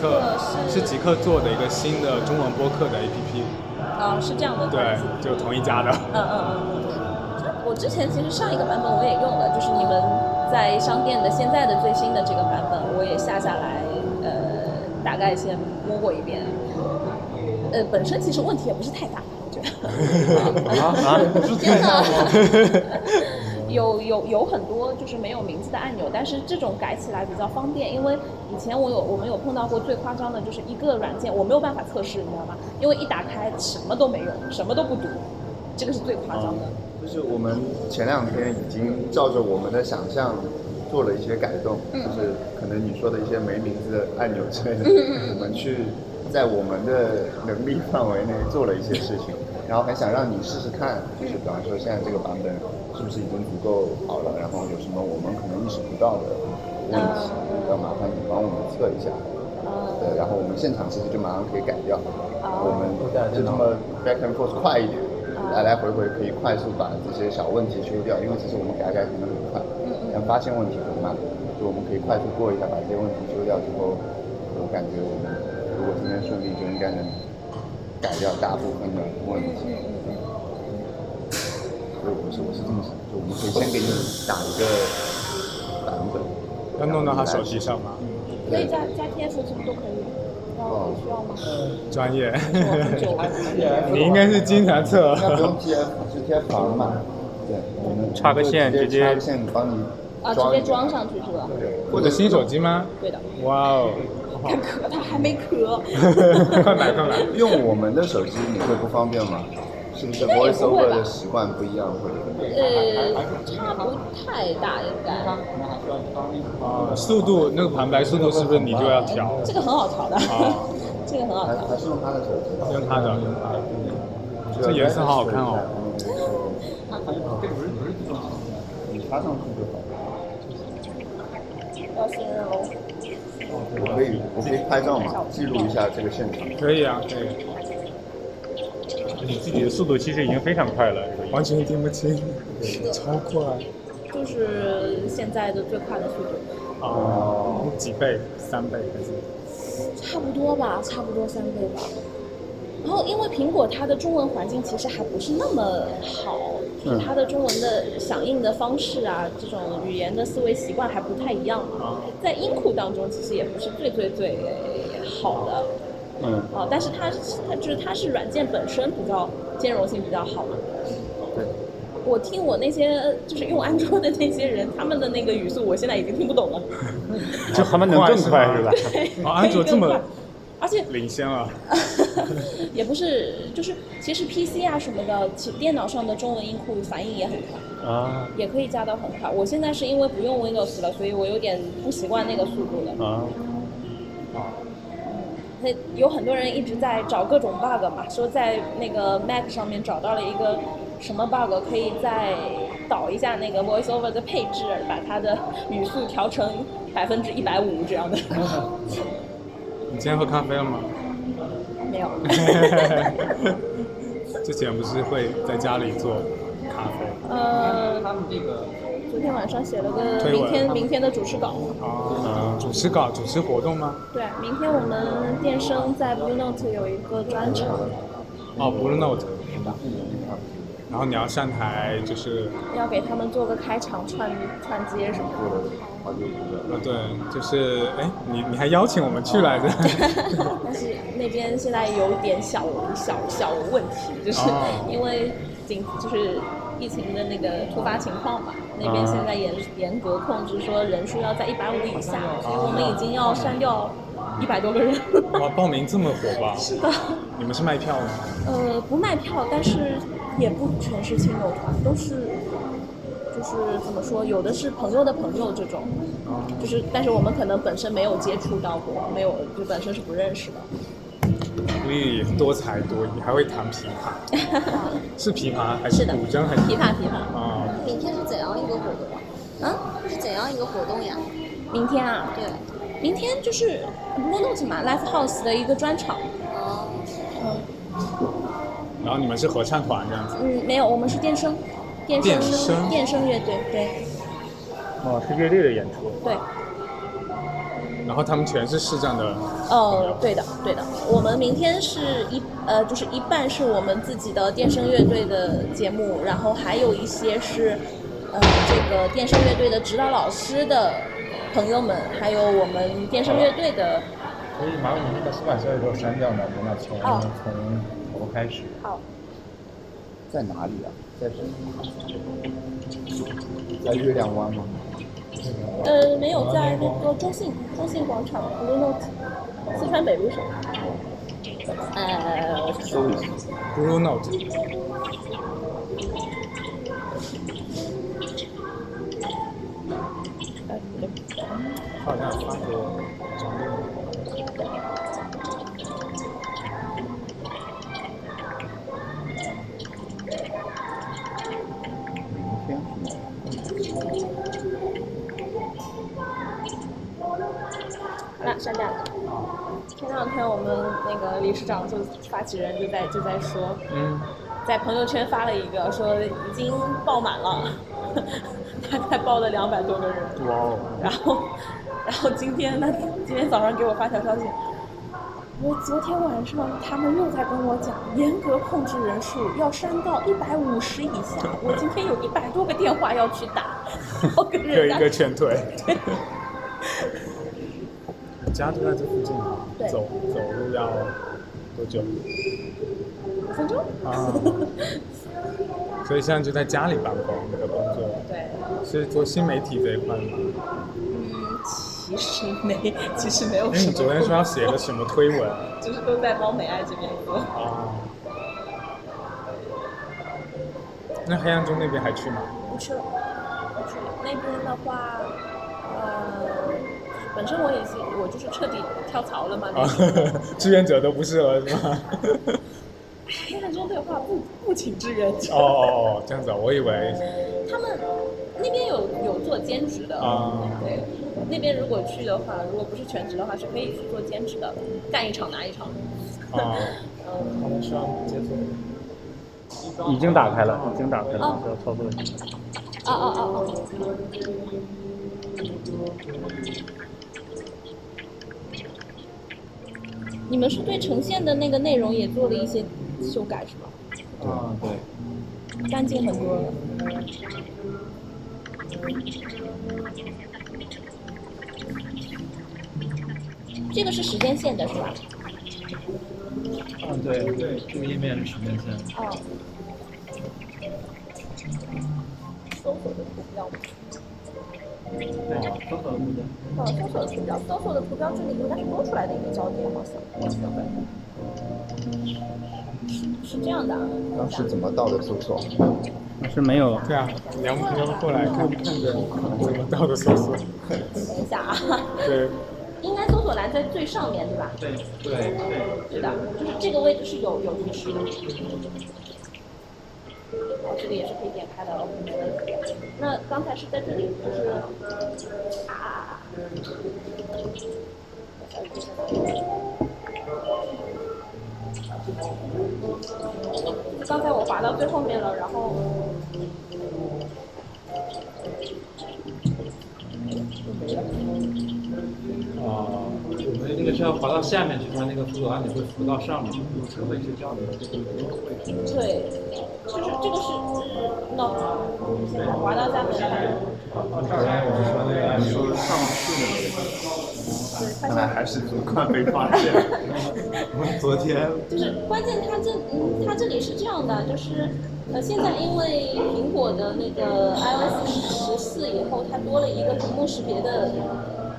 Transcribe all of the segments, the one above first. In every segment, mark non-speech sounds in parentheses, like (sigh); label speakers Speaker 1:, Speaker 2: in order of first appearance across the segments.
Speaker 1: 克
Speaker 2: 是
Speaker 1: 是极客做的一个新的中文播客的 APP，
Speaker 2: 哦，是这样的
Speaker 1: 对
Speaker 2: 段子，
Speaker 1: 就同一家的。
Speaker 2: 嗯嗯嗯嗯嗯。我之前其实上一个版本我也用了，就是你们在商店的现在的最新的这个版本，我也下下来，呃，大概先摸过一遍。呃，本身其实问题也不是太大，我觉得。
Speaker 3: (laughs) 啊啊，不是
Speaker 2: 真
Speaker 3: 太大吗？
Speaker 2: 的。 (laughs) 有有有很多就是没有名字的按钮，但是这种改起来比较方便，因为以前我有我们有碰到过最夸张的，就是一个软件我没有办法测试，你知道吗？因为一打开什么都没有，什么都不读，这个是最夸张
Speaker 3: 啊
Speaker 2: 的。
Speaker 4: 嗯就是我们前两天已经照着我们的想象做了一些改动，
Speaker 2: 嗯
Speaker 4: 就是可能你说的一些没名字的按钮之类的，
Speaker 2: 嗯
Speaker 4: 我们去在我们的能力范围内做了一些事
Speaker 2: (laughs)
Speaker 4: 情，然后还想让你试试看，就是
Speaker 2: 嗯
Speaker 4: 比方说现在这个版本是不是已经足够好了，然后有什么我们可能意识不到的问题，
Speaker 2: 嗯
Speaker 4: 要麻烦你帮我们测一下。
Speaker 2: 呃，
Speaker 4: 对，然后我们现场其实就马上可以改掉，
Speaker 2: 哦
Speaker 4: 我们就这么 back and forth 快一点，
Speaker 2: 哦
Speaker 4: 来来回回可以快速把这些小问题修掉，因为其实我们改改可能很快，
Speaker 2: 嗯
Speaker 4: 但发现问题很慢，就我们可以快速过一下，把这些问题修掉之后，我感觉我们如果今天顺利，就应该能改掉大部分的问题。所以我是我是这么想，就我们可以先给你打一个版本，
Speaker 1: 要弄到他手机上吗？
Speaker 2: 可以加加 TF 什么都可以，然后需要吗？
Speaker 1: 哦专 (laughs) 业，
Speaker 2: 很久了，
Speaker 1: 你应该是经常测。 (laughs)
Speaker 4: 那不用 TF，就 TF 房嘛。对，我们
Speaker 3: 插个线
Speaker 4: 直
Speaker 3: 直接
Speaker 4: 插个线帮你
Speaker 1: (laughs)
Speaker 2: 啊，直
Speaker 4: 装一
Speaker 2: 接
Speaker 4: 个
Speaker 2: 装上去是吧？
Speaker 4: 对，
Speaker 1: 或者新手机吗？
Speaker 2: 对的。
Speaker 1: 哇哦，
Speaker 2: 干咳，他还没
Speaker 1: (laughs)
Speaker 2: 咳。
Speaker 1: 快买快买！ (laughs)
Speaker 4: 用我们的手机你会不方便吗？是不是
Speaker 2: 应该也不会
Speaker 4: VoiceOver
Speaker 2: 吧
Speaker 4: 的习惯不一样，或者怎么样？
Speaker 2: 呃，差不太大，应该。
Speaker 1: 哦速度那个旁白速度是不是你就要调？
Speaker 2: 这个很好调的
Speaker 1: 哦，
Speaker 2: (laughs) 这个很好
Speaker 4: 还
Speaker 2: 调。
Speaker 4: 还是用他的手机？
Speaker 1: 用它的，用它的。这颜色好好看哦。
Speaker 2: 啊
Speaker 4: 你插上去就好了。
Speaker 2: 要信任哦。
Speaker 4: 我可以，我可以拍照嘛，记录一下这个现场。
Speaker 1: 可以啊，可以。
Speaker 3: 你自己的速度其实已经非常快了，
Speaker 1: 完全听不清，超快。
Speaker 2: 就是现在的最快的速度，
Speaker 1: 哦，几倍？三倍还是？
Speaker 2: 差不多吧，差不多三倍吧。然后，因为苹果它的中文环境其实还不是那么好，就是它的中文的响应的方式啊，这种语言的思维习惯还不太一样嘛。在音库当中，其实也不是最最最好的。
Speaker 4: 嗯，
Speaker 2: 哦，但是它它就是它是软件本身比较兼容性比较好嘛。
Speaker 4: 对。
Speaker 2: 我听我那些就是用安卓的那些人，他们的那个语速，我现在已经听不懂了。
Speaker 3: 就他们能更快 (laughs) 是吧？
Speaker 1: 哦，安卓这
Speaker 2: 可以
Speaker 1: 么
Speaker 2: 更快，而且
Speaker 1: 领先啊！
Speaker 2: (laughs) 也不是，就是其实 PC 啊什么的，其电脑上的中文音库反应也很快，
Speaker 3: 啊
Speaker 2: 也可以加到很快。我现在是因为不用 Windows 了，所以我有点不习惯那个速度了。
Speaker 3: 啊，
Speaker 2: 那有很多人一直在找各种 bug 嘛，说在那个 Mac 上面找到了一个什么 bug，可以再导一下那个 VoiceOver 的配置，把它的语速调成百分之一百五这样的。 (laughs)
Speaker 1: 你今天喝咖啡了吗？(laughs)
Speaker 2: 没有，
Speaker 1: 之前不是会在家里做咖啡？
Speaker 2: 呃，昨天晚上写了个
Speaker 1: 推文
Speaker 2: 明天明天的主持稿。
Speaker 1: 哦，主持稿、主持活动吗？
Speaker 2: 对，明天我们电声在 Blue Note 有一个专场，嗯
Speaker 1: 哦，不是 Note。然后你要上台，就是
Speaker 2: 要给他们做个开场串串接什么的。
Speaker 4: 过了好久不了。
Speaker 1: 呃，对，就是哎，你你还邀请我们去来着？ (laughs)
Speaker 2: 但是那边现在有点小小小问题，就是
Speaker 1: 哦
Speaker 2: (laughs) 因为紧就是疫情的那个突发情况嘛，那边现在严严格控制说人数要在一百五以下，所以我们已经要删掉一百多个人。
Speaker 1: 哇，报名这么火爆，
Speaker 2: 是的，
Speaker 1: 你们是卖票吗？
Speaker 2: 呃，不卖票，但是也不全是亲友团，都是。就是怎么说，有的是朋友的朋友这种，
Speaker 1: 哦
Speaker 2: 就是但是我们可能本身没有接触到过，没有就本身是不认识的。
Speaker 1: 所以多才多艺，还会弹琵
Speaker 2: (laughs)
Speaker 1: 琶，是琵琶还
Speaker 2: 是
Speaker 1: 是
Speaker 2: 的
Speaker 1: 古筝还是
Speaker 2: 琵琶琵琶
Speaker 1: 啊、
Speaker 5: 明天是怎样一个活动啊？啊，是怎样一个活动呀？
Speaker 2: 明天啊，
Speaker 5: 对，
Speaker 2: 明天就是 Blue Note 嘛，Live House 的一个专场。
Speaker 5: 哦，
Speaker 1: 然后你们是合唱团这样子，
Speaker 2: 嗯，没有，我们是电声，电声
Speaker 1: 电声
Speaker 2: 电声乐队，对
Speaker 3: 哦，是乐队的演出，
Speaker 2: 对。
Speaker 1: 然后他们全是市站的，
Speaker 2: 哦，对的，对的。我们明天是一呃，就是一半是我们自己的电声乐队的节目，然后还有一些是呃这个电声乐队的指导老师的朋友们，还有我们电声乐队的。
Speaker 3: 可以把我们那个出版社的给我删掉吗？我们从从头开始。
Speaker 2: 好，
Speaker 4: 在哪里啊？在什么？在月亮湾吗？
Speaker 2: 呃，没有在那个中信中信广场 Blue Note 四川北路上。呃，我想
Speaker 4: 搜一下。
Speaker 1: Blue Note，
Speaker 2: 呃，
Speaker 1: 他好像发过张力，
Speaker 4: 明嗯天是吗？
Speaker 2: 那删掉了。前两天我们那个理事长就发起人就在就在说，
Speaker 1: 嗯，
Speaker 2: 在朋友圈发了一个说已经爆满了，大概爆了两百多个人。
Speaker 1: 哇哦，
Speaker 2: 然后，然后今天呢，今天早上给我发条消息，我昨天晚上他们又在跟我讲，严格控制人数，要删到一百五十以下。我今天有一百多个电话要去
Speaker 1: (laughs)
Speaker 2: 打，我跟
Speaker 1: 又
Speaker 2: 人
Speaker 1: 一
Speaker 2: 家
Speaker 1: 个劝退。我 (laughs) 家就在这附近啊
Speaker 2: 对，
Speaker 1: 走走路要多久
Speaker 2: 五分钟。
Speaker 1: 啊？所以现在就在家里办公你的工作，
Speaker 2: (laughs) 对，
Speaker 1: 是做新媒体这一块吗？
Speaker 2: 嗯，其实没， (laughs) 其实没有
Speaker 1: 因为
Speaker 2: 什
Speaker 1: 哎你
Speaker 2: 么。
Speaker 1: 昨天说要写个什么推文 (laughs)
Speaker 2: 就是都在帮美爱这边做。
Speaker 1: 啊？那黑暗中那边还去吗？ (laughs)
Speaker 2: 不去了，不去了。那边的话，呃，本身我已经我就是彻底跳槽了嘛。
Speaker 1: 啊，志愿者都不适合是 (laughs) 吗？
Speaker 2: 黑暗中对话不不请志愿者
Speaker 1: 哦哦，哦，这样子啊，我以为
Speaker 2: 他们那边有有做兼职的，
Speaker 1: 啊，
Speaker 2: 对，那边如果去的话，如果不是全职的话，是可以去做兼职的，干一场拿一场。
Speaker 1: 啊，
Speaker 2: 嗯，
Speaker 1: 他们需要接触。
Speaker 3: 已经打开了，已经打开了，要操作一下。
Speaker 2: 哦哦哦哦，你们是对呈现的那个内容也做了一些修改是吧？
Speaker 4: 啊，对。
Speaker 2: 干净很多了。这个是时间线的是吧？
Speaker 3: 嗯，对对，这个页面是时间线。
Speaker 2: 哦。搜索的图标，哦
Speaker 3: 对，搜索目前。
Speaker 2: 呃，搜索的图标，搜索的图标这里应该是多出来的一个焦点，好像我记得会。是是这样的啊，
Speaker 4: 当时怎么到的搜索？
Speaker 3: 是没有，
Speaker 1: 对啊，你要你要过来看看着怎么到的搜 (laughs) 索。
Speaker 2: 等一下啊，
Speaker 1: 对，
Speaker 2: 应该搜索栏在最上面对吧？
Speaker 3: 对对对，
Speaker 2: 对的，就是这个位置是有有提示的。好，这个也是可以点开的哦。那刚才是在这里，就是啊啊啊啊！就是刚才我滑到最后面了，然后
Speaker 6: 啊，我们那个是要滑到下面去，它那个辅佐按钮会浮到上面，是会是这样的。
Speaker 2: 对，就是这个是嗯 no，滑到下面了，
Speaker 4: 说上市的那个，
Speaker 2: 对，发
Speaker 4: 看
Speaker 2: 现
Speaker 4: 来还是很快被发现。我们昨天
Speaker 2: 就是关键它这嗯，它这里是这样的，就是呃，现在因为苹果的那个 iOS 十四以后，它多了一个屏幕识别的，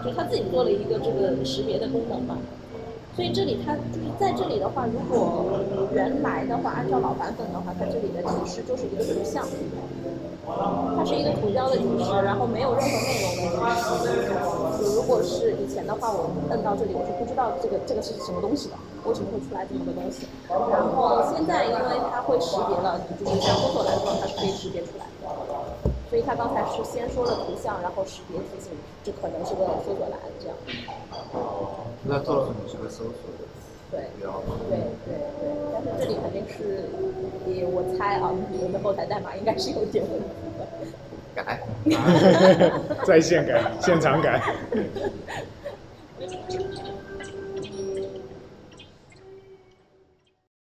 Speaker 2: 就它自己做了一个这个识别的功能嘛。所以这里它就是在这里的话，如果原来的话，按照老版本的话，它这里的提示就是一个图像，它是一个图标的提示，然后没有任何内容的提示。如果是以前的话，我摁到这里，我是不知道这个这个是什么东西的，为什么会出来这么个东西。然后现在因为它会识别了，就是在搜索栏上它是可以识别出来的。所以它刚才是先说了图像，然后识别提醒，这可能是个搜索栏这样。
Speaker 4: (laughs) 他做了很是个搜索的
Speaker 2: 对。
Speaker 4: 标嘛，
Speaker 2: 对对对，但是这里肯定是，也我猜啊，你们的后台代码应该是有点问题的。
Speaker 4: 改
Speaker 1: 在线改，现场改。